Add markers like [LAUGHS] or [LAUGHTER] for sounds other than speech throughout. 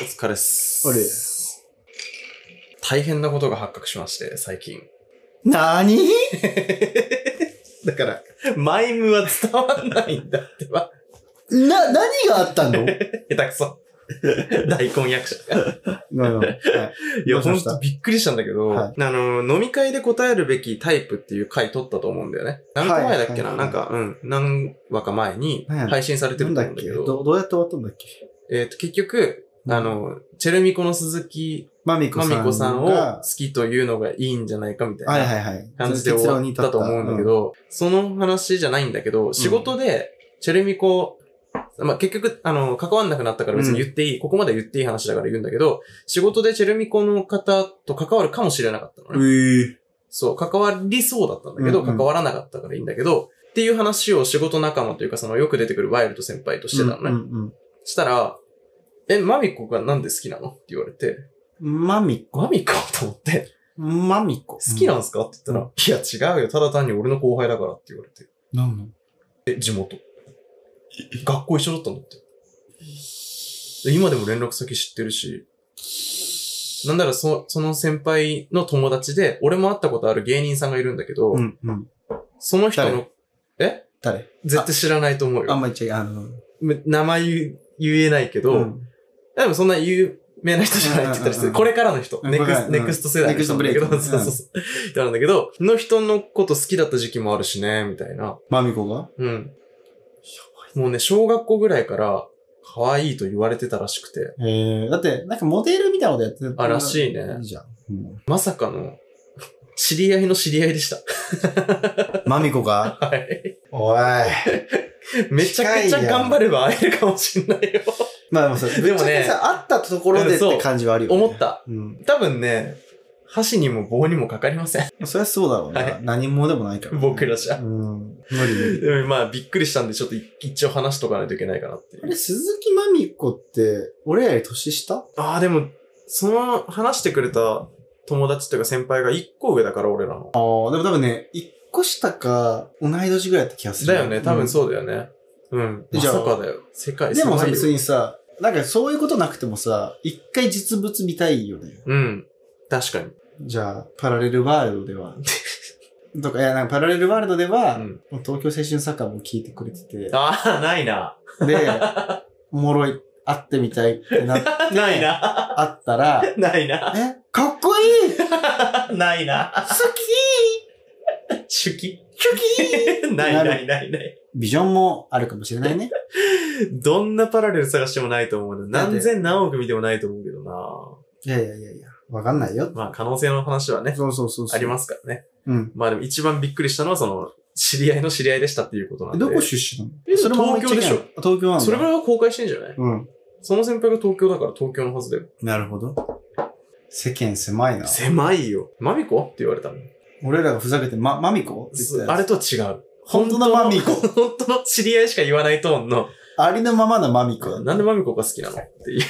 お疲れっす。あれ大変なことが発覚しまして、最近。なに [LAUGHS] だから、マイムは伝わんないんだってば。 [LAUGHS] な、何があったの下手くそ。大根役者 [LAUGHS] が。うんはいいや、どうほしまんしたとびっくりしたんだけど、はあの、飲み会で答えるべきタイプっていう回撮ったと思うんだよね。何個前だっけな、はいはいはいなんか、うん、何話か前にはい配信されてなるんとだ思うっんだけけど、どどうやって終わったんだっけえっ、と、結局、あ、の、チェルミコの鈴木マミコまさんみが。こさんを好きというのがいいんじゃないかみたいな。はいはいはい。感じで終わったと思うんだけど、その話じゃないんだけど、仕事で、チェルミコ、まあ、結局、あの、関わんなくなったから別に言っていい、ここまで言っていい話だから言うんだけど、仕事でチェルミコの方と関わるかもしれなかったのうね。ん。そう、関わりそうだったんだけど、うんうん関わらなかったからいいんだけど、っていう話を仕事仲間というか、そのよく出てくるワイルド先輩としてたのね。うんうんしたら、え、マミコがなんで好きなのって言われて、うん。マミマミコと思って、コ。マミコ。好きなんすかって言ったら、いや違うよ、ただ単に俺の後輩だからって言われて。なんのえ、地元。学校一緒だったんだって。で今でも連絡先知ってるし。なんならそ、その先輩の友達で、俺も会ったことある芸人さんがいるんだけど、うんうん。その人の、え誰絶対知らないと思うあんよ。まり違う。あの、め名前言言えないけど、んでもそんな有名な人じゃないって言ったりすうんうる。んうんこれからの人。うんネクこれかスらうんネクスト世代の人なんだけど、ネクスそトブレイクうそうそう。ってあるんだけど、の人のこと好きだった時期もあるしね、みたいな。マミコがうん。もうね、小学校ぐらいから、可愛いと言われてたらしくて。えー、だって、なんかモデルみたいなことやってたあ、らしいねい。じゃん。うんまさかの、知り合いの知り合いでした。マミコがはい。おい。 [LAUGHS] めちゃくちゃ頑張れば会えるかもしんないよ。 [LAUGHS] まあでもそれ、でもねぶっちゃけさ会ったところでっそうて感じはあるよね。思った。うん。多分ね、箸にも棒にもかかりません。そりゃそうだろうな。は何もでもないから、僕らじゃうん。無理無理。でもまあ、びっくりしたんで、ちょっと一応話しとかないといけないかなっていあうれ、。鈴木まみこって、俺らより年下ああ、でも、その話してくれた友達というか先輩が一個上だから、俺らの。ああ、でも多分ね、一個下か、同い年ぐらいだった気がする。だよね、多分そうだよね。うん。まじゃあさかだよ。世う界ん。でもさ、すごいよ別にさ、なんかそういうことなくてもさ、一回実物見たいよね。うん。確かに。じゃあ、パラレルワールド [LAUGHS] では。とか、いや、なんかパラレルワールドでは、うんもう東京青春サッカーも聞いてくれてて、ああ、ない [LAUGHS] な。で、おもろい、会ってみたいってなって、 [LAUGHS] ないな。会ったら、ないな。え、かっこいい好きないな。手記 [LAUGHS] ないなるないないない。ビジョンもあるかもしれないね。どんなパラレル探してもないと思うな。だって何千何億見てもないと思うけどな。 [LAUGHS] いやいやいやいや、わかんないよ。まあ、可能性の話はね、そうそうそうそう。。ありますすからね。うん。まあでも一番びっくりしたのは、その、知り合いの知り合いでしたっていうことなんで。どこ出身なのえも東京でしょ言っちゃいけないの東京なんだ。それぐらいは公開してんじゃないうん。その先輩が東京だから東京のはずだよ。なるほど。世間狭いな。狭いよ。マミコって言われたの。俺らがふざけて、ま、マミコって言ってたあれやつ。とは違う。本当のマミコ。本当の知り合いしか言わないトーンの、ありのままのマミコだね。なんでマミコが好きなのっていう、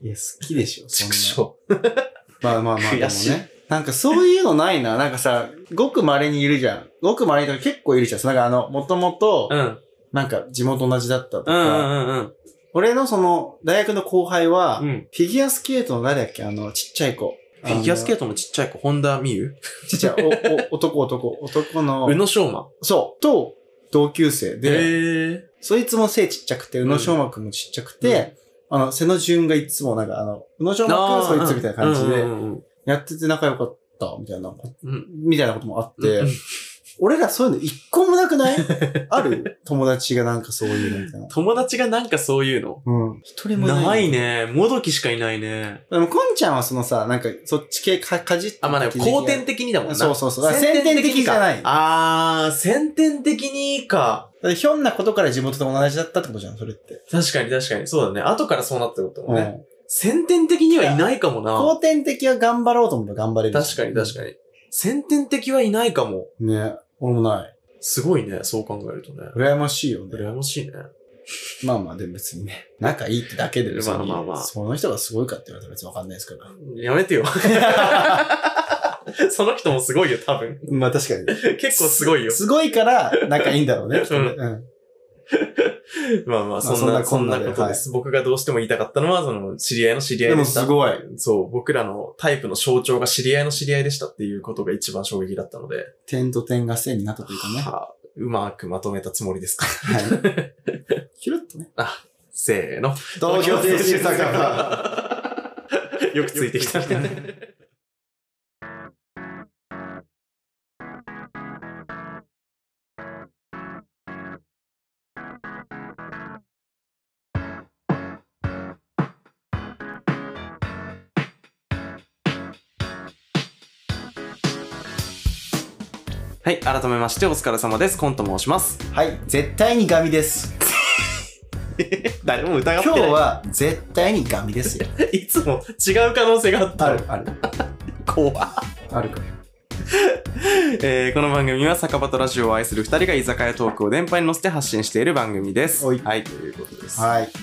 いや、好きでしょ、そん畜な。生。まあまあまあ、でも悔しいね。なんかそういうのないな。なんかさ、ごく稀にいるじゃん。ごく稀にとか結構いるじゃん。なんかあの、もともとう、ん。なんか地元同じだったとうんうか、んうん俺のその、大学の後輩は、うん。うん。フィギュアスケートの誰だっけあの、ちっちゃい子。フィギュアスケートトのちっちゃい子、本田美優ちっちゃい、お、お、 [LAUGHS] 男男、男の宇、野昌磨。そう、と、同級生で、へえ。そいつも背ちっちゃくて、宇野昌磨くんもちっちゃくて、あの、背の順がいつもなんか、あの、宇野昌磨くんそいつみたいな感じうで、んうんやってて仲良かった、みたいな、うんうん。みたいなこともあっうてん、俺らそういうの一個もなくないある友達がなんかそういうのみたいな。友達がなんかそういうの。うん。一人もない。ないね。もどきしかいないね。でも、こんちゃんはそのさ、なんか、そっち系かかじってたあ、まあでも、時期が後天的にだもんな。そうそうそう。だから先天的じゃない。あー、先天的にか。だってひょんなことから地元と同じだったってことじゃん、それって。確かに確かに。そうだね。後からそうなったこともね。ん。先天的にはいないかもな。後天的は頑張ろうと思うと頑張れる。確かに確かかに。先天的はいないかも。に。ね。俺もない。すごいね。そう考えるとね。羨ましいよね。羨ましいね。まあまあ、でも別にね。仲いいってだけで別に。まあまあまあその人がすごいかって言われたら別にわかんないです [LAUGHS] けど。やめてよ。その人もすごいよ、多分。まあ確かに。結構すごいよ。 [LAUGHS] すごいから仲いいんだろうね。きっとねううん。まあまあ、まあそんな、そそんんなこんななでことです。僕がどうしても言いたかったのは、その、知り合いの知り合でいでもしすた。ごい。そう、僕らのタイプの象徴が知り合いの知り合いでしたっていうことが一番衝撃だったので、点と点が線になったというかね。ははあうまくまとめたつもりですか [LAUGHS] い。ひゅるっとね。せーの。東京精神坂場。 [LAUGHS] よくついてきたね。はい、改めましてお疲れ様です。コンと申します。はい。絶対にガミです。誰も疑今って日ない。は絶対にガミですよ。いつも違う可能性があった。ある、ある。怖あるから。えーこの番組は酒場とラジオを愛する二人が居酒屋トークを電波に乗せて発信している番組です。はいはい、ということです。はい。 [LAUGHS]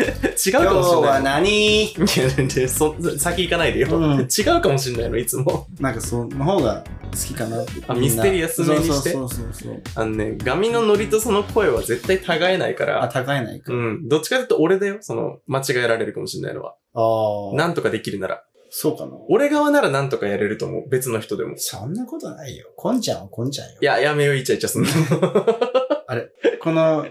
違うか今日もしれな。はい何いやでそ [LAUGHS] 先行かないでよ、うん違うかもしれないのいつもなんかその方が好きかなって。あみんミスなテリアスめにしてそうそうそうそうそう。あのねガミのノリとその声は絶対たがえないかあ、ら高えないか。うんどっちかというと俺だよその間違えられるかもしれないのはああ。なんとかできるならそうかな。俺側ならなんとかやれると思う別の人でもそんなことないよ。こんちゃんはこんちゃんよい。ややめようイチャイチャす [LAUGHS] んのこの、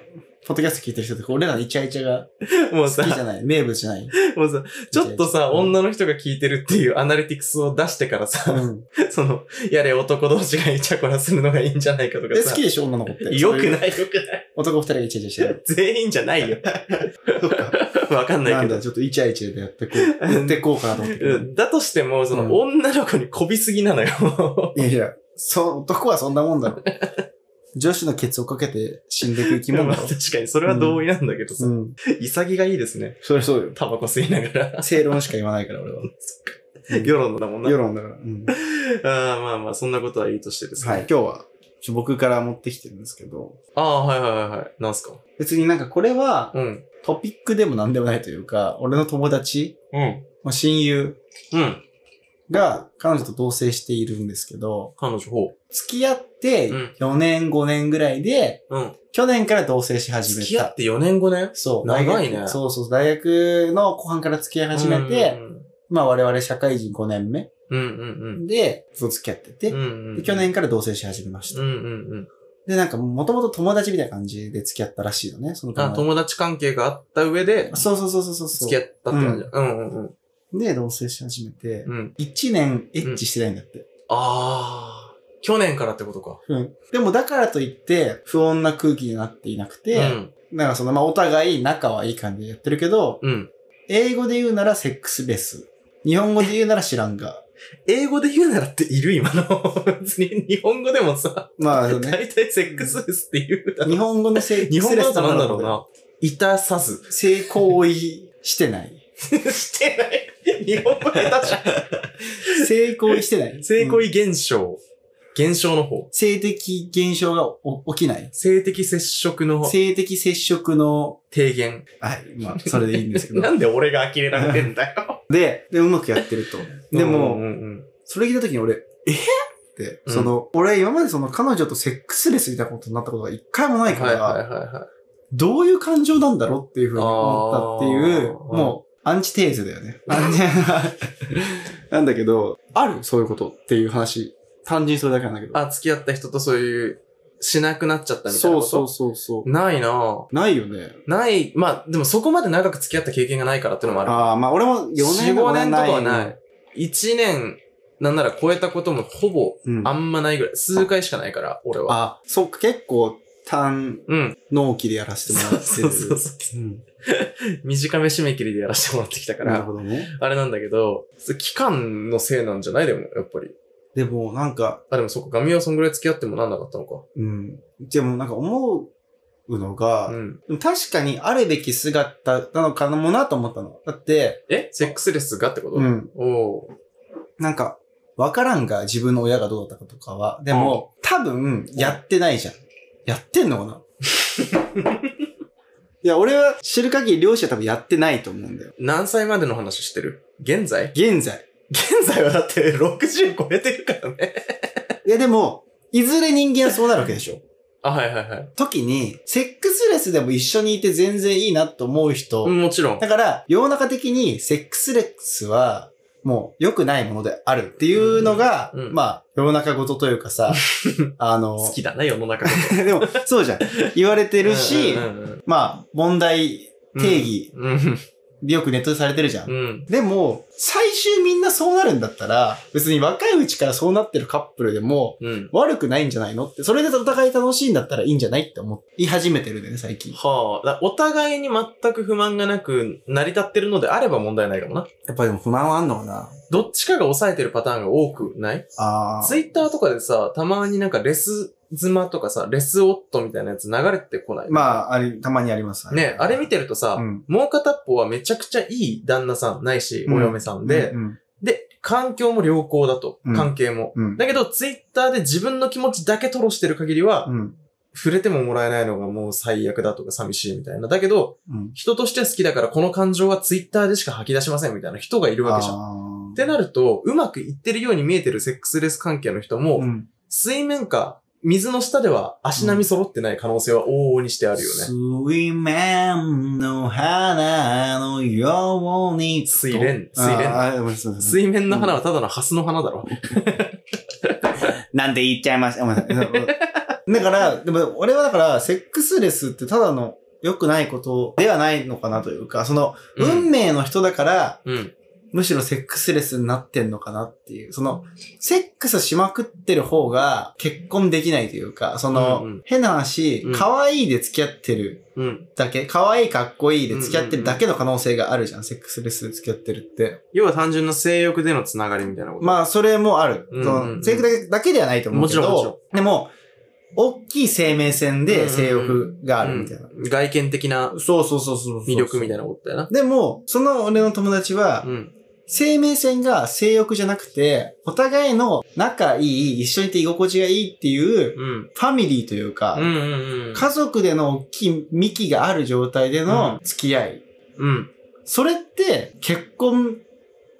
ポッドキャスト聞いてる人って、俺らのイチャイチャがもう好さきじゃ [LAUGHS] ない。名物じゃない。もうさちょっとさ、うん女の人が聞いてるっていうアナリティクスを出してからさ、うん。 [LAUGHS] その、やれ男同士がイチャコラするのがいいんじゃないかとかえ、さ。好きでしょ女の子って。よくないいよくない。男二人がイチャイチャしてる。全員じゃない [LAUGHS] よ。わかんなないけんだ、ど。ちょっとイチャイチャでやってこ [LAUGHS] う、やってこうかなと思ってうる。んだとしても、その、女の子にこびすぎなのよ。 [LAUGHS] いやいや、そう、男はそんなもんだろ。女子のケツをかけて死んでいく生きまあ物まあだろ [LAUGHS] 確。かに、それは同意なんだけどさう、ん。潔がいいですね。それそうよ。タバコ吸いながら。正論しか言わないから、俺は。うん [LAUGHS] 世論だもんな。世論だから。うん。はい。あーまあまあ、そんなことはいいとしてですね。今日は、ちょ僕から持ってきてるんですけど、ああ、はいはいはいはい。なんすか別になんかこれは、うん。トピックでも何でもないというか、俺の友達、うん。まあ親友うん。が彼女と同棲しているんですけど、彼女、ほう。付き合ってうん4年5年ぐらいで、うん。去年から同棲し始めた。付き合って4年5年そう。長いね大学そうそう。大学の後半から付き合い始めて、、まあ我々社会人5年目うんうんで、そう付き合ってて、うん。うんうんうんで去。年から同棲し始めましうた。んうんうん。で、なんかもともと友達みたいな感じで付き合ったらしいよね、そのあ、友達関係があった上で、そうそうそうそうそう。付き合ったって感じ。うんうんうん。で、同棲し始めて、うん。 1年エッチしてないんだって。ああ、去年からってことか。うん。でもだからといって、不穏な空気になっていなくて、うん。なんかその、まあ、お互い仲はいい感じでやってるけど、うん。英語で言うならセックスレス。日本語で言うなら知らんが。英語で言うならっている今の。 [LAUGHS] 別に日本語でもさ、まあ、ね、大体セックスですって言うだろ日本語のセック日ス本レ語だスとなんだろううな。いたさず。 [LAUGHS] な。性行為してない。してない。日本語下手じゃ性行為してない。ん。 [LAUGHS] 性行為。為現象。現象の方。性的現象がお起きない。性的接触の性的接触の、低減。はい、まあ、それでいいんですけ [LAUGHS] どな。んで俺が呆れられてんだよ。で、で、うまくやってると。でも、うんうんそれ聞いた時に俺、えって、うんその、俺今までその彼女とセックスレスみたいなことになったことが一回もなはいいかはいら、はいはどういう感情なんだろうっていうふうに思ったっていあう、ーもう、アンチテーゼだよね。アンチ [LAUGHS] なんだけど、あるそういうことっていう話。単純にそれだけなんだけい。ど。あ、付き合った人とそういう、しなくなっちゃったみたいなそこうとそうそうそう。ないなぁないよね。ない、まあ、でもそこまで長く付き合った経験がないからってのもある。ああ、まあ俺も4年4、5年とかはな五年い。1年、なんなら超えたこともほぼうん、ああんまないぐらい。数回しかないから、俺は。そうか、結構短うん。納期でやらせてもらってる。そうそうそう。うん [LAUGHS] 短め締め切りでやらせてもらってきたかなるら、ほどね。あれなんだけど、それ期間のせいなんじゃないでも、やっぱり。でもなんか、あ、でもそっか、ガミはそんぐらい付き合ってもなんなかったのか。うん。でもなんか思うのが、うん。でも確かにあるべき姿なのかもなと思ったの。だって、えセックスレスがってことうん。おうなんか、わからんが自分の親がどうだったかとかは。でも、多分、やってないじゃん。やってんのかな [LAUGHS] いや、俺は知る限り両親は多分やってないと思うんだよ。何歳までの話してる現在現在。現在はだって60超えてるからね。いや、でも、いずれ人間はそうなるわけでしょ。あ、はいはいはい。時に、セックスレスでも一緒にいて全然いいなと思う人、うんもちろん。だから、世の中的にセックスレスは、もう良くないものであるっていうのが、うんうんまあ、世の中ごとという [LAUGHS] かさ、あの、好きだな、世の中の。でも、そうじゃん。言われてるし、うんうんうんまあ、問題うん定義、うん。よくネットでされてるじゃん。うん。でも、最終みんなそうなるんだったら、別に若いうちからそうなってるカップルでも、うん。悪くないんじゃないのって、それでお互い楽しいんだったらいいんじゃないって思い始めてるんだよね、最近。はあ、だお互いに全く不満がなく成り立ってるのであれば問題ないかもな。やっぱでも不満はあんのかなどっちかが抑えてるパターンが多くないあツイッターとかでさ、たまになんかレス妻とかさ、レス夫みたいなやつ流れてこない。まあ、あれ、たまにあります。ね、あれ見てるとさ、うんもう片っぽはめちゃくちゃいい旦那さんないし、うんお嫁さんで、うんで、環境も良好だとう。ん関係も。うん。だけど、ツイッターで自分の気持ちだけ吐露してる限りは、うん。触れてももらえないのがもう最悪だとか寂しいみたいな。だけど、うん。人として好きだからこの感情はツイッターでしか吐き出しませんみたいな人がいるわけじゃん。っんてなると、うまくいってるように見えてるセックスレス関係の人も、うん、水面下、水の下では足並み揃ってない可能性は往々にしてあるよね。水面の花のように。水蓮水蓮ああごめんなさい水面の花はただのハスの花だろ。なんて言っちゃいました。ごめんなさい [LAUGHS] だから、でも俺はだから、セックスレスってただの良くないことではないのかなというか、その、うん運命の人だから、うん。むしろセックスレスになってんのかなっていう。その、セックスしまくってる方が結婚できないというか、その、うんうん変な話うん、可愛いで付き合ってるうん。だけ、可愛いかっこいいで付き合ってるだけの可能性があるじゃん、セックスレスで付き合ってるって。要は単純な性欲でのつながりみたいなこと。まあ、それもある。うんうんその、性欲だけだけではないと思うけど、もちろんもちろでも、大きい生命線で性欲があるみたいな。うん外見的なそうそうそうそうそう。魅力みたいなことだよな。でも、その俺の友達は、うん。生命線が性欲じゃなくて、お互いの仲いい、一緒にいて居心地がいいっていう、うん。ファミリーというか、うんうんうん。家族での大きい幹がある状態でうんの付き合い。うん。それって、結婚、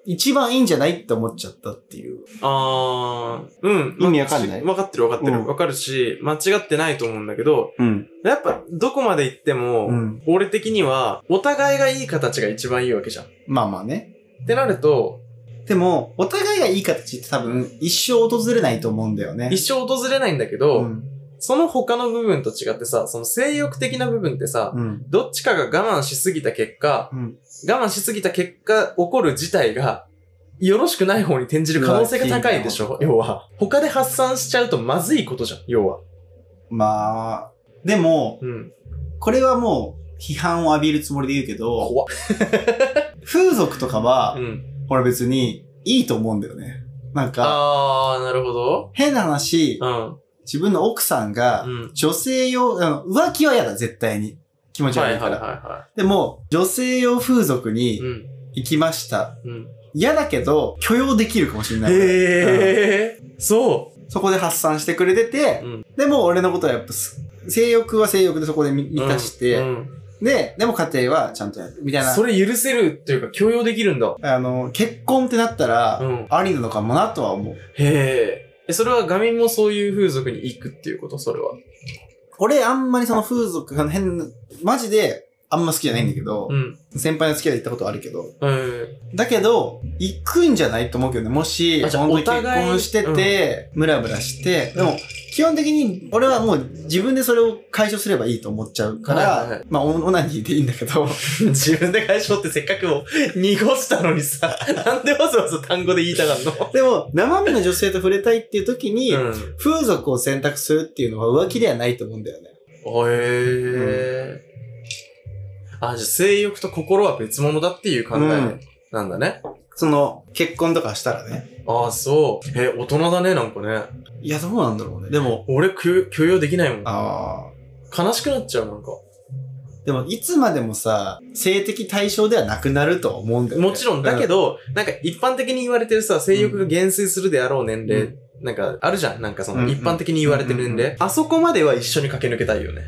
一番いいんじゃないって思っちゃったっていう。あー、うん。意味わかんないわかってるわかってる。うんわ、かるし、間違ってないと思うんだけど、うん。やっぱ、どこまで行っても、うん俺的には、お互いがいい形が一番いいわけじゃん。っまあまあね。てなると、でも、お互いがいい形って多分、一生訪れないと思うんだよね。一生訪れないんだけど、うん。その他の部分と違ってさ、その性欲的な部分ってさ、うん。どっちかが我慢しすぎた結果、うん我慢しすぎた結果、起こる事態が、よろしくない方に転じる可能性が高いでしうょわ、要は。他で発散しちゃうとまずいことじゃん、要は。まあ、でも、うん。これはもう、批判を浴びるつもりで言うけど、怖っ。風俗とかは、うん。俺別にいいと思うんだよね。なんか、あー、なるほど。変な話、うん。自分の奥さんが、うん。女性用、あの浮気は嫌だ、絶対に。気持ちはい悪はいいはかいら。はでも、女性用風俗い。にうん。行きました。うん。嫌だけど、許容できるかもしれない。へえ、そそこで発散してくれてて、うんでも俺のことはやっぱす、性欲は性欲でそこで満う。満たして、うんで、でも家庭はちゃんとやる。みたいな。それ許せるっていうか許容できるんだ。あの、結婚ってなったら、うんありなのかもなとは思う。へえ。えそれは画面もそういう風俗に行くっていうことそれは。俺あんまりその風俗が変な、マジであんま好きじゃないんだけど、うん。先輩の付き合いで行ったことはあるけど、うん。だけど、行くんじゃないと思うけどね、もし、あじゃあ本当にお結互い婚してて、ムラムラして、でも、基本的に俺はもう自分でそれを解消すればいいと思っちゃうから、はいはいはいまあ、オオナニーでいいんだけど、 [LAUGHS] 自分で解消ってせっかくを濁したのにさ、 [LAUGHS] なんでわざわざ単語で言いたがんのでも、生身の女性と触れたい [LAUGHS] っていう時に、うん。風俗を選択するっていうのは浮気ではないと思うんだよね。おへえ。あ、じゃあ性欲と心は別物だっていう考うんえなんだね。その、結婚とかしたらね。ああ、そう。え、大人だね、なんかね。いや、どうなんだろうね。でも、俺許許容できないもん。ああ、悲しくなっちゃう、なんか。でも、いつまでもさ、性的対象ではなくなるとは思うんだよね。もちろん、だけど、なんか一般的に言われてるさ、性欲が減衰するであろう年齢、なんかあるじゃん。なんかそうんのうん一般的に言われてる年うんうん齢。あそこまでは一緒に駆け抜けたいよね。う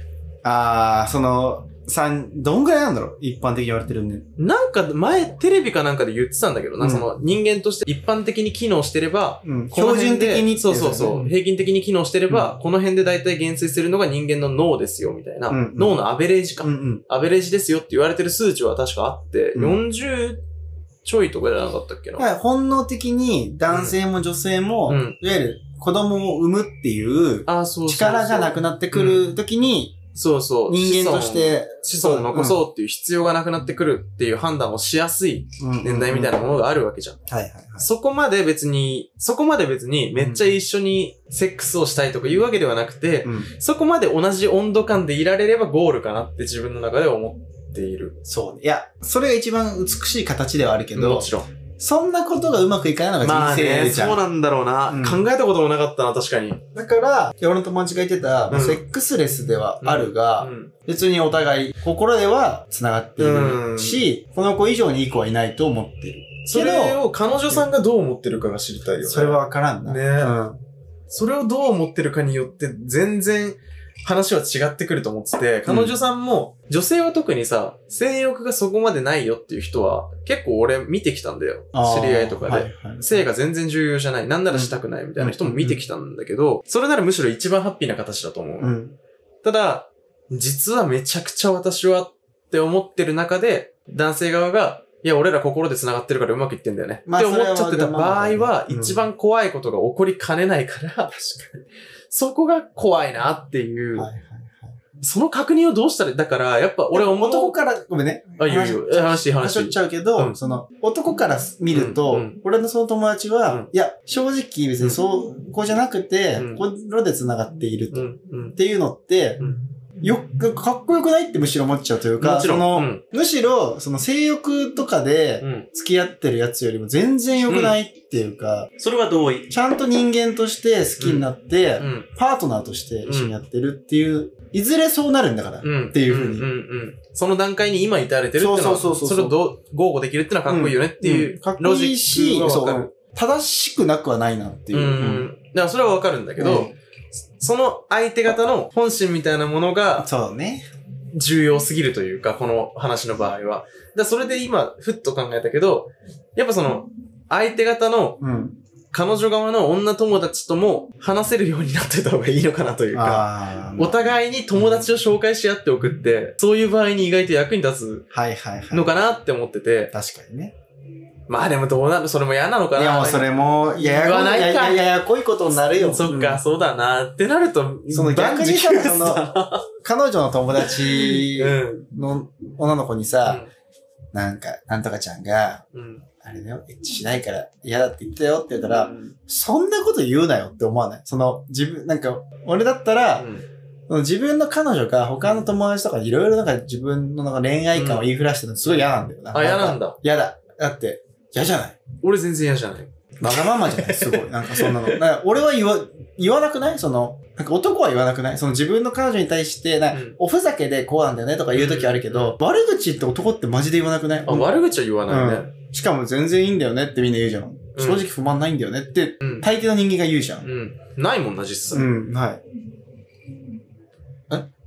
ん、ああ、その、三、どんぐらいなんだろう一般的に言われてるね。なんか前テレビかなんかで言ってたんだけどな、うんその人間として一般的に機能してれば、うん。この標辺準で的にっていそうそううそう。平均的に機能してれば、うこの辺で大体減衰するのが人間の脳ですよ、みたいな。うんうん脳のアベレージか、うんうん。アベレージですよって言われてる数値は確かあって、う40ちょいとかじゃなかったっけな。だから本能的に男性も女性も、うんいわゆる子供を産むっていうああ、そうそうそう。力がなくなってくるときに、そうそう。人間として、子孫を残そうっていう必要がなくなってくるっていう判断をしやすい年代みたいな。なものがあるわけじゃん。はいはいはい。そこまで別に、そこまで別にめっちゃ一緒にセックスをしたいとかいうわけではなくて、うん。そこまで同じ温度感でいられればゴールかなって自分の中では思っている。そうね。いや、それが一番美しい形ではあるけもど、ちろん。そんなことがうまくいかないまのがあ人ね、生じゃん。そうなんだろうな。うん考えたこともなかったな、確かに。うだから、俺の友達が言ってた、まうあんセックスレスではあるが、ん。別にお互い心では繋がっているし、この子以上にいい子はいないと思ってる。それを彼女さんがどう思ってるかが知りたいよね。それはわからんな。ねうんそれをどう思ってるかによって全然話は違ってくると思ってて、彼女さんも、女性は特にさ、性欲がそこまでないよっていう人は、結構俺見てきたんだよ。知り合いとかで。あーはいはい性が全然重要じゃない。なんならしたくないみたいな人も見てきたんだけど、それならむしろ一番ハッピーな形だと思う。うん。ただ、実はめちゃくちゃ私はって思ってる中で、男性側が、いや、俺ら心で繋がってるからうまくいってんだよね。まあって思っちゃってた場合それはまあは、ねうん一番怖いことが起こりかねないから、 [LAUGHS] そこが怖いなっていう、はいはいはいその確認をどうしたら、だから、やっぱ俺思男うから、ごめんね。あ、いいよ、いいよ話いい話話し。ちゃうけど、うんその、男から見ると、うんうん俺のその友達は、うんいや、正直別にそう、こうじゃなくて、うんこれで繋がっているうと。っん、うん。ていうのって、うんよく、かっこよくないってむしろ思っちゃうというか、もちろんそのうんむしろ、その性欲とかでうん。付き合ってるやつよりも全然良くないっていうか、それは同意。ちゃんと人間として好きになって、うん。パートナーとして一緒にやってるっていう、いずれそうなるんだから。うん。っていうふうにんんうん。その段階に今至れてるってのは、そうそうそうそうれをどう、豪語できるってのはかっこいいよねっていんう、かっこロジいいしックはそわかる。う、正しくなくはないなっていうう。ん。だからそれはわかるんだけど、うんその相手方の本心みたいなものがそうね。重要すぎるというか、この話の場合は。だからそれで今、ふっと考えたけど、やっぱその、相手方のうん。彼女側の女友達とも話せるようになってた方がいいのかなというか、ああ。お互いに友達を紹介し合っておくって、そういう場合に意外と役に立はいはいはい。つのかなって思ってて、確かにね。まあでもどうなるそれも嫌なのかいなやもうそれも、やや言こわないいやかやややこいことになるよ。そっうか、ん。そうだなってなると、その逆にさ万事休その彼女の友達すうん。の女の子にさ、なんか、なんとかちゃんが、うん。あれだよ、エッチしないから嫌だって言ったよって言ったら、そんなこと言うなよって思わないその、自分、なんか、俺だったら、その自分の彼女が他の友達とかいろいろなんか自分のなんか恋愛感を言いふらしてるのすごい嫌なんだよな。あ、嫌なんだ。だ。嫌だ。だって、嫌じゃない俺全然嫌じゃない。わがままじゃないすごい。なんかそんなの。なんか俺は言わ、言わなくないその、なんか男は言わなくないその自分の彼女に対して、なんかうんおふざけでこうなんだよねとか言う時あるけど、悪口って男ってマジで言わなくないあ、悪口は言わないね。しかも全然いいんだよねってみんな言うじゃん。正直不満ないんだよねってうん、大抵の人間が言うじゃん。うん。ないもんな、実際。ん、はい。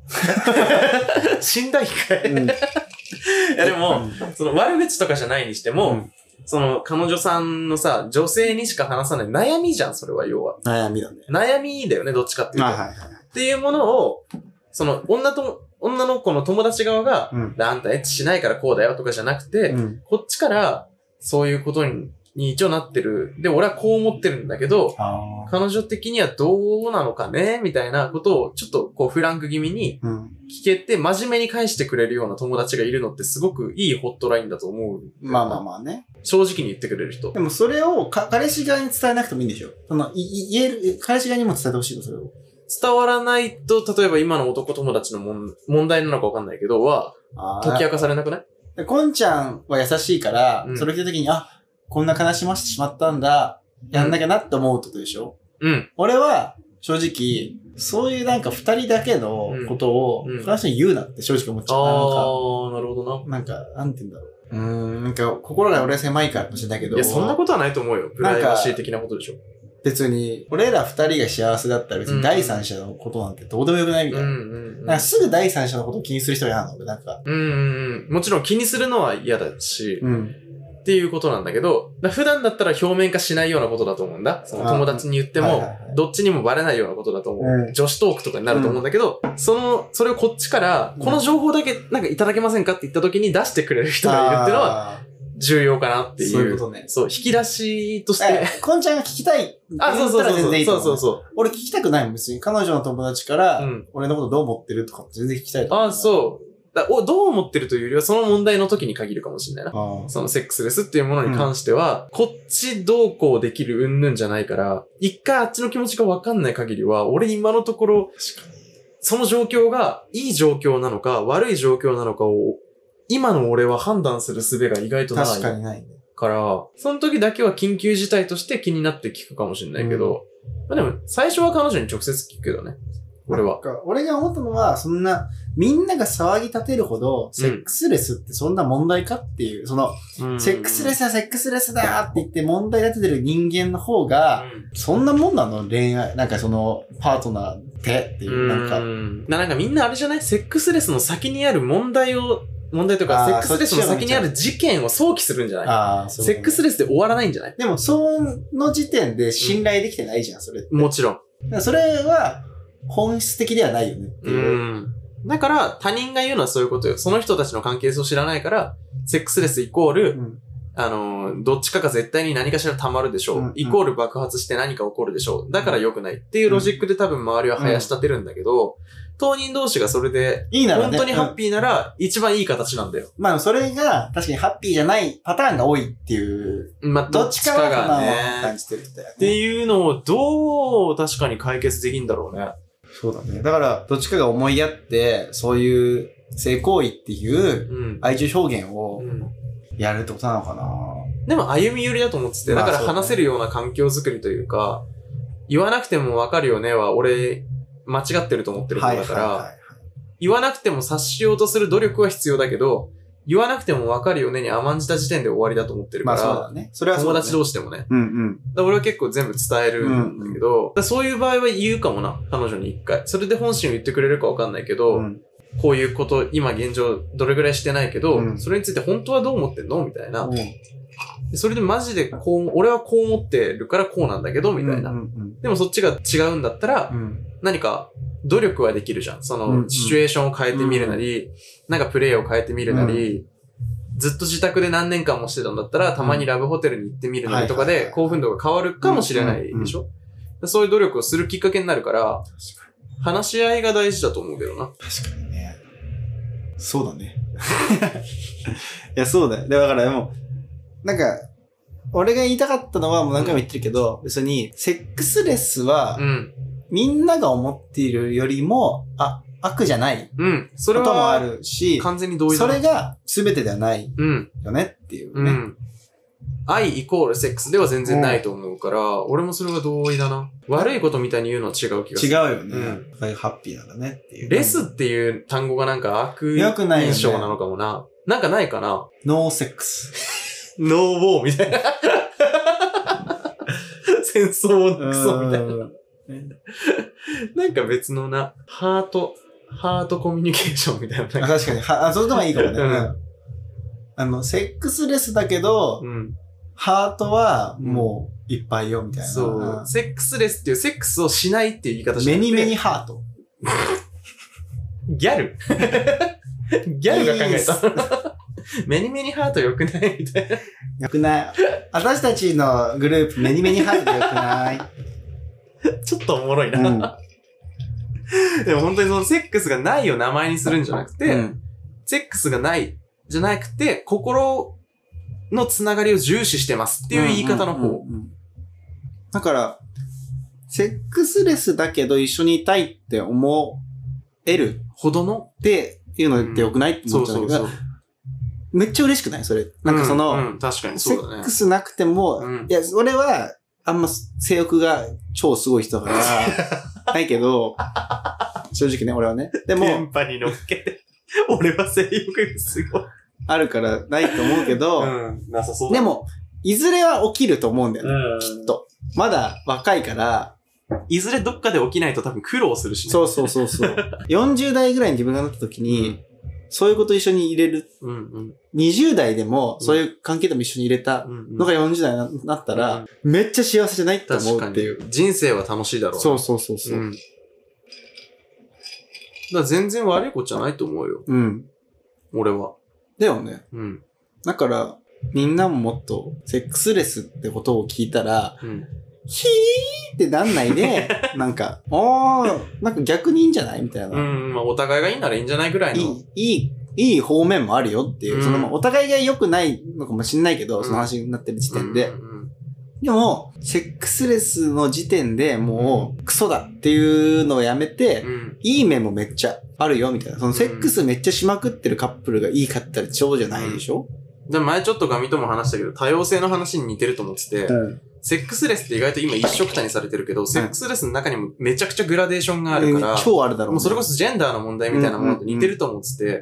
[LAUGHS] 死んだ一回。 [LAUGHS] ういんや、でも、、その悪口とかじゃないにしてうもん、その彼女さんのさ、女性にしか話さない悩みじゃん、それは要は。悩みだね。悩みだよね、どっちかっていうあ、と。はいはい。っていうものを、その女とも、女の子の友達側が、うんあんたエッチしないからこうだよとかじゃなくて、うん。こっちから、そういうことに、に一応なってる。で、俺はこう思ってるんだけど、ああ。彼女的にはどうなのかねみたいなことを、ちょっとこうフランク気味にうん。聞けて、真面目に返してくれるような友達がいるのってすごくいいホットラインだと思う。まあまあまあね。正直に言ってくれる人で。もそれをか彼氏側に伝えなくてもいいんでしょその、い、い言える、彼氏側にも伝えてほしいの、それを。伝わらないと、例えば今の男友達のもん問題なのかわかんないけど、は、あ解き明かされなくないでこんちゃんは優しいから、うんそれ聞いた時に、あ、こんな悲しませてしまったんだ、やんなきゃなって思うってことでしょ、うん。俺は、正直、そういうなんか二人だけのことを、うんうん彼氏に言うなって正直思っちあゃう。あー、なるほどな。なんか、なんか、なんて言うんだろう。うーん、なんか、心が俺は狭いからかもしれないけど。いや、そんなことはないと思うよ。プライバシー的なことでしょ。別に、俺ら二人が幸せだったら別に第三者のことなんてどうでもよくないみたういんな。うんうんなんかすぐ第三者のことを気にする人嫌なの、俺なんか。うんうんうん。もちろん気にするのは嫌だし、うん。っていうことなんだけど、だ普段だったら表面化しないようなことだと思うんだ。そのあー友達に言ってはいはいもはい、どっちにもバレないようなことだと思うう。ん女子トークとかになると思うんだけど、その、それをこっちから、この情報だけなんかいただけませんかって言った時に出してくれる人がいるっていうのはは、重要かなっていう。そういうことねそう、引き出しとして。え、こんちゃんが聞きたいって言っあ、そうそたうらそう全そ。然いういとそ思うう。そうそう。俺聞きたくないもん、別に。彼女の友達から、うん俺のことどう思ってるとかも全然聞きたいと思う。あ、そう。だおどう思ってるというよりは、その問題の時に限るかもしれないな。ああそのセックスレスっていうものに関しては、こっちどうこうできる云々じゃないから、一回あっちの気持ちがわかんない限りは、俺今のところ、その状況がいい状況なのか、悪い状況なのかを、今の俺は判断する術が意外とない。確かにないね。から、その時だけは緊急事態として気になって聞くかもしれないけど、まあでも、最初は彼女に直接聞くけどね。俺なんは。か俺が思ったのは、そんな、みんなが騒ぎ立てるほど、セックスレスってそんな問題かっていう、その、セックスレススはセックスレスだーって言って問題立ててる人間の方が、そんなもんなの恋愛、なんかその、パートナーってっていう、なんか、ななんかみんなあれじゃないセックスレスの先にある問題を、問題とか、あーセックスレスの先にある事件を想起するんじゃないああ、そういセうッことねクスレスで終わらないんじゃないでも、その時点で信頼できてないじゃん、それって。もちろん。だからそれは、本質的ではないよねっていう。ん。だから、他人が言うのはそういうことよ。その人たちの関係性を知らないから、セックスレスイコール、うんあのー、どっちかが絶対に何かしら溜まるでしょう。うんうんイコール爆発して何か起こるでしょう。だから良くないっていうロジックで多分周りは生やし立てるんだけど、当人同士がそれで、いいなら本ね。当にハうッんピーなら、一番いい形なんだよ。まあ、それが、確かにハッピーじゃないパターンが多いっていう、まあ、どどっっちちかかはまがあね感。じてるみたいなねっていうのをどう確かに解決できんだろうね。そうだね。だから、どっちかが思いやって、そういう性行為っていううん。愛情表現をうんやるってことなのかなでも歩み寄りだと思ってて、まあだからそうだね話せるような環境づくりというか、言わなくてもわかるよねは、俺、間違ってると思ってる方だから、言わなくても察しようとする努力は必要だけど、言わなくてもわかるよねに甘んじた時点で終わりだと思ってるまかあら、そうだね。それはそう友だね達同士でもね。だかうんうん。ら俺は結構全部伝えるんだけど、だからそういう場合は言うかもな、彼女に一回。それで本心を言ってくれるかわかんないけど、うんこういうこと、今現状どれぐらいしてないけど、うんそれについて本当はどう思ってんのみたいな。みでそれでマジでこう、俺はこう思ってるからこうなんだけど、みたいな。うんうんでもそっちが違うんだったら、うん何か努力はできるじゃん。そうんうんの、シチュエーションを変えてみるなり、なんかプレイを変えてみるなり、ずっと自宅で何年間もしてたんだったら、たまにラブホテルに行ってみるなりとかはいはいはでい、興奮度が変わるかもしれないでしょそういう努力をするきっかけになるから、話し合いが大事だと思うけどな。確かにね。そうだね。 [LAUGHS] いや、そうだよ。でだからでも、なんか、俺が言いたかったのはもう何回も言ってるけど、別に、セックスレスはう、ん。みんなが思っているよりも、あ、悪じゃないうん。そこれとは、もあるし、完全に同意だそなれが全てではないうん。よねっていううね。ん。愛イコールセックスでは全然ないと思うから、俺もそれは同意だな。悪いことみたいに言うのは違う気がす違うる。よね。うんだからハッピーなんだねっていう。レスっていう単語がなんか悪良くないよね印象なのかもな。なんかないかなノーセックス。ノーボーみたいな。 [LAUGHS] 戦争のクソみたいな。うんなんか別のな、ハート、ハートコミュニケーションみたいな。なんかあ [LAUGHS] 確かに。はあ、それともいいかもね。うんうんあの、セックスレスだけど、うん。ハートはもういっぱいよみたいな。そう。セックスレスっていう、セックスをしないっていう言い方うんしなメくてニメニハート。ギャル [LAUGHS] ギャルが考えた。 [LAUGHS] メニメニハート良くないみたいな。 [LAUGHS] よくない。私たちのグループ、メニメニハートでよくない。ちょっとおもろいな。 [LAUGHS] でも本当にそのセックスがないを名前にするんじゃなくて、うんセックスがないじゃなくて、心のつながりを重視してますっていう言い方の方。うんうんうんだから、セックスレスだけど一緒にいたいって思えるほどのっていうのってよくないってそ思っうちゃうんそだうけどそう。めっちゃ嬉しくないそれ。なんかその、うんうん確かにセそうだッねク。スなくても、うんいや、俺は、あんま性欲が超すごい人だから、 [LAUGHS] ないけど、正直ね、俺はね。でも、電波に乗っけて、 [LAUGHS] 俺は性欲がすごい。あるからないと思うけど、ん、なさそうでも、いずれは起きると思うんだよね、ん、きっと。まだ若いから、いずれどっかで起きないと多分苦労するしね。そうそうそ [LAUGHS] うそう。40代ぐらいに自分がなった時に、そういうこと一緒に入れる。うんうん20代でも、そういう関係でも一緒に入れたうんうん。のが40代にななったら、めっちゃ幸せじゃないって思確うかっていう。に。人生は楽しいだろうな。そうそうそうそう。うん。だから全然悪いことじゃないと思うよ。うん。俺は。だよね。うん。だから、みんなももっと、セックスレスってことを聞いたら、うん。ヒーってなんない [LAUGHS] で、なんか、おー、なんか逆にいいんじゃないみたいな。うん。まあ、お互いがいいならいいんじゃないぐらいいの。い、いい、いい方面もあるよっていう、うんその、まあお互いが良くないのかもしんないけど、うんその話になってる時点で。うんうんでも、セックスレスの時点でもう、クソだっていうのをやめて、うん。うんいい面もめっちゃあるよ、みたいな。その、セックスめっちゃしまくってるカップルがいいかって言ったら超じゃないでしょで前ちょっとガミとも話したけど、多様性の話に似てると思ってて、ん。セックスレスって意外と今一緒くたにされてるけど、セックスレスの中にもめちゃくちゃグラデーションがあるから、超あるだろうねもうそれこそジェンダーの問題みたいなものと似てると思ってて、だ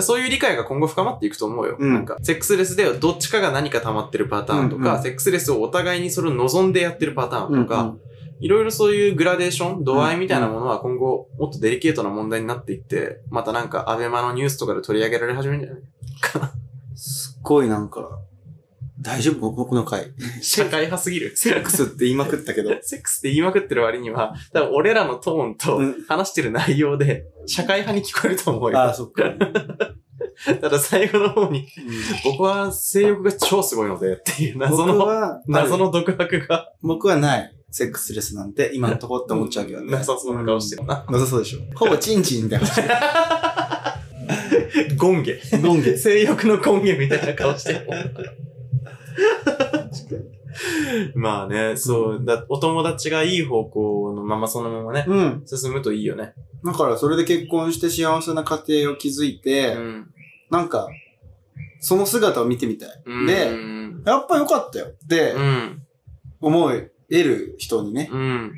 からそういう理解が今後深まっていくと思うよ。うんなんか、セックスレスではどっちかが何か溜まってるパターンとか、うんうんセックスレスをお互いにそれを望んでやってるパターうンんとか、いろいろそういうグラデーション、度合いみたいなものは今後もっとデリケートな問題になっていって、またなんかアベマのニュースとかで取り上げられ始めるんじゃないすっごいなんか、大丈夫ここの回。社会派すぎる。セックスって言いまくったけど。 [LAUGHS] セックスって言いまくってる割には、多分俺らのトーンとうん話してる内容で、社会派に聞こえると思うああ、よ。そっか。ただ最後の方に、僕は性欲が超すごいのでっていう謎僕の、は、謎あるの独白が僕はない。セックスレスなんて今のとこって思っちゃうけどね。なさそうな顔してるな。なさそうでしょ。ほぼチンチンみたいな顔してる。ゴンゲ。ゴンゲ。性欲の根源みたいな顔してる。まあね、そう、だお友達がいい方向のままそのままね、うん。進むといいよね。だからそれで結婚して幸せな家庭を築いて、ん。なんか、その姿を見てみたい。うで、ん。やっぱ良かったよってうん。思える人にね、うん。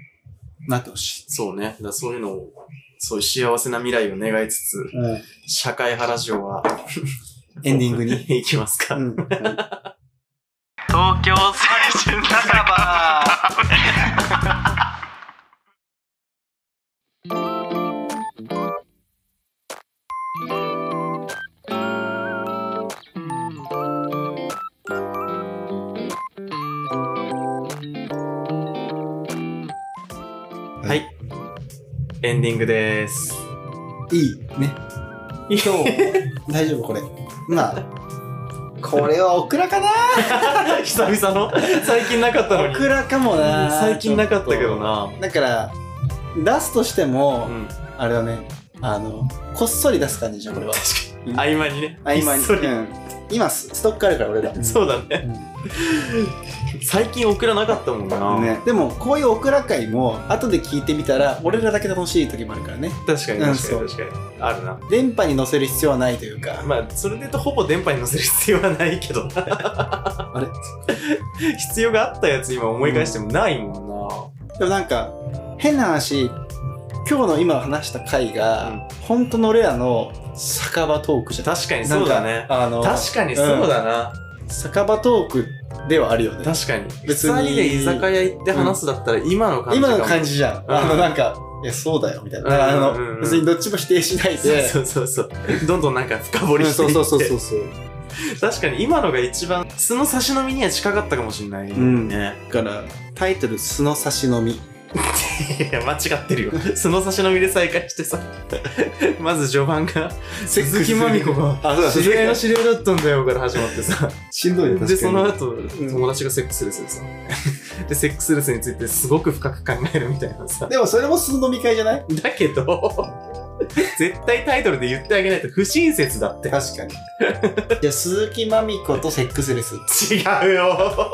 なってほしい。そうね。だからそういうのを、そういう幸せな未来を願いつつ、うん。社会派ラジオは、エンデ [LAUGHS] ィングに。行きますか。ん。東京青春酒場はい。エンディングです。いいね。いい今日、大丈夫これ。まあ、これはオクラかな [LAUGHS] 久々の最近なかったのオに。クラかもな最近なかったけど。な。だから、出すとしても、うん。あれだね、あの、こっそり出す感じじゃん、これは。合間にね。あ、今、ひっそりうん今ス、ストックあるから、俺ら。そうだね。最近オクラなかったもんな。ね、でもこういうオクラ会も後で聞いてみたら俺らだけ楽しい時もあるからね確かにうん確そかうに確かに。あるな。電波に乗せる必要はないというか、まあ、それで言うとほぼ電波に乗せる必要はないけどな。あれ [LAUGHS] 必要があったやつ今思い返してもないもでもなんか変な話今日の今話した回が、本当の俺らの酒場トークじんゃな。確かにそうだね。あの確かにそうだな。酒場トークではあるよね確かに。二別に人で居酒屋行って話すだったら今の感じか今もの感じじゃん、うんあのなんかいやそうだよみたいな、だからあうの、んうんうん別にどっちも否定しない [LAUGHS] でそうそうそうそう。どんどんなんか深掘りうんしていそっうて。そうそうそうそう確かに今のが一番素の差し飲みには近かったかもしれないね。うんねだからタイトル「素の差し飲みいや間違ってるよ。 [LAUGHS] 素の差し飲みで再会してさ。 [LAUGHS] まず序盤が、」鈴木まみこがあそうだ知り合いの知り合いだったんだよから始まってさ。しんどいね確かに [LAUGHS] で、その後、ん友達がセックスレスでさ。で、セックスレスについてすごく深く考えるみたいなさ。でもそれも素の飲み会じゃないだけど、 [LAUGHS] 絶対タイトルで言ってあげないと不親切だ [LAUGHS] って。確かにじゃあ鈴木まみことセックスレス違うよ。 [LAUGHS]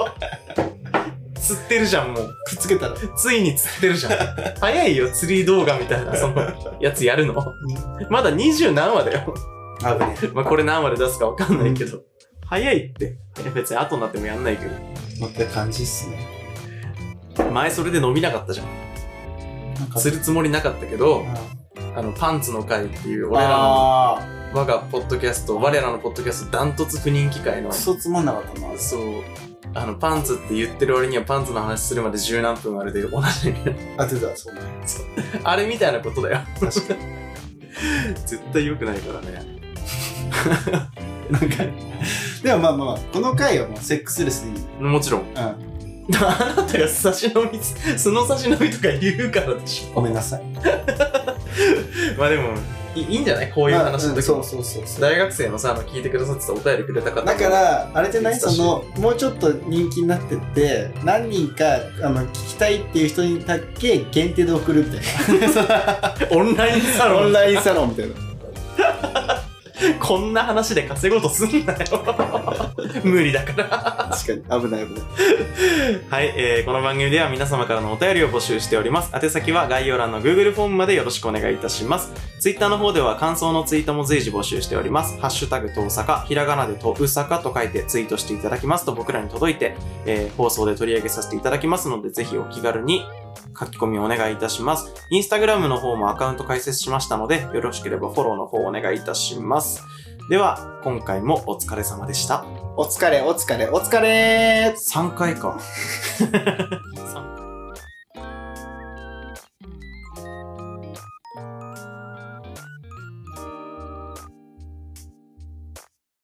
釣ってるじゃん、もう。くっつけ [LAUGHS] たらついに釣ってる [LAUGHS] じゃん。早いよ、釣り動画みたいな、その、やつやるの。まだ二十何話だよ。あぶねまあ、これ何話で出すかわかんないけど。早いって。いや別に後になってもやんないけ乗ってる感じっすねど。前それで飲みなかったじゃん。なんか釣るつもりなかったけど、ああの、パンツの会っていう、俺らのあ我がポッドキャスト、我らのポッドキャスト、ダントツ不人気会の、クそソつまんなかったな。う、あの、パンツって言ってる割にはパンツの話するまで十何分あれで同じ。あ、出た、そうね。あれみたいなことだよ。確かに。 [LAUGHS] 絶対良くないからね。なんか、でもまあまあまあ、この回はもうセックスレスでいい。うん。もちろん。あなたが差し飲み、素の差し飲みとか言うからでしょ。ごめんなさい。まあでも、いいいんじゃないここういう話の時そもう。そうそうそう。大学生のさ、あの聞いてくださってたお便りくれた方もだか、ら、あれじゃない言ってそたしの、もうちょっと人気になってって、何人か、あの、聞きたいっていう人にだけ限定で送るみた [LAUGHS] いなそオンラインサの。ロオンン、ラインサロンみたいな。こんな話で稼ごうとす [LAUGHS] んなよ。無理だから。確かに、危ない危ない。はい、えーこの番組では皆様からのお便りを募集しております。宛先は概要欄の Google フォームまでよろしくお願いいたします。Twitter の方では感想のツイートも随時募集しております。ハッシュタグとうさか、ひらがなでとうさかと書いてツイートしていただきますと僕らに届いて、えー放送で取り上げさせていただきますので、ぜひお気軽に書き込みをお願いいたします。Instagram の方もアカウント開設しましたので、よろしければフォローの方お願いいたします。では、今回もお疲れ様でした。お疲れ、お疲れ、お疲れー3回か。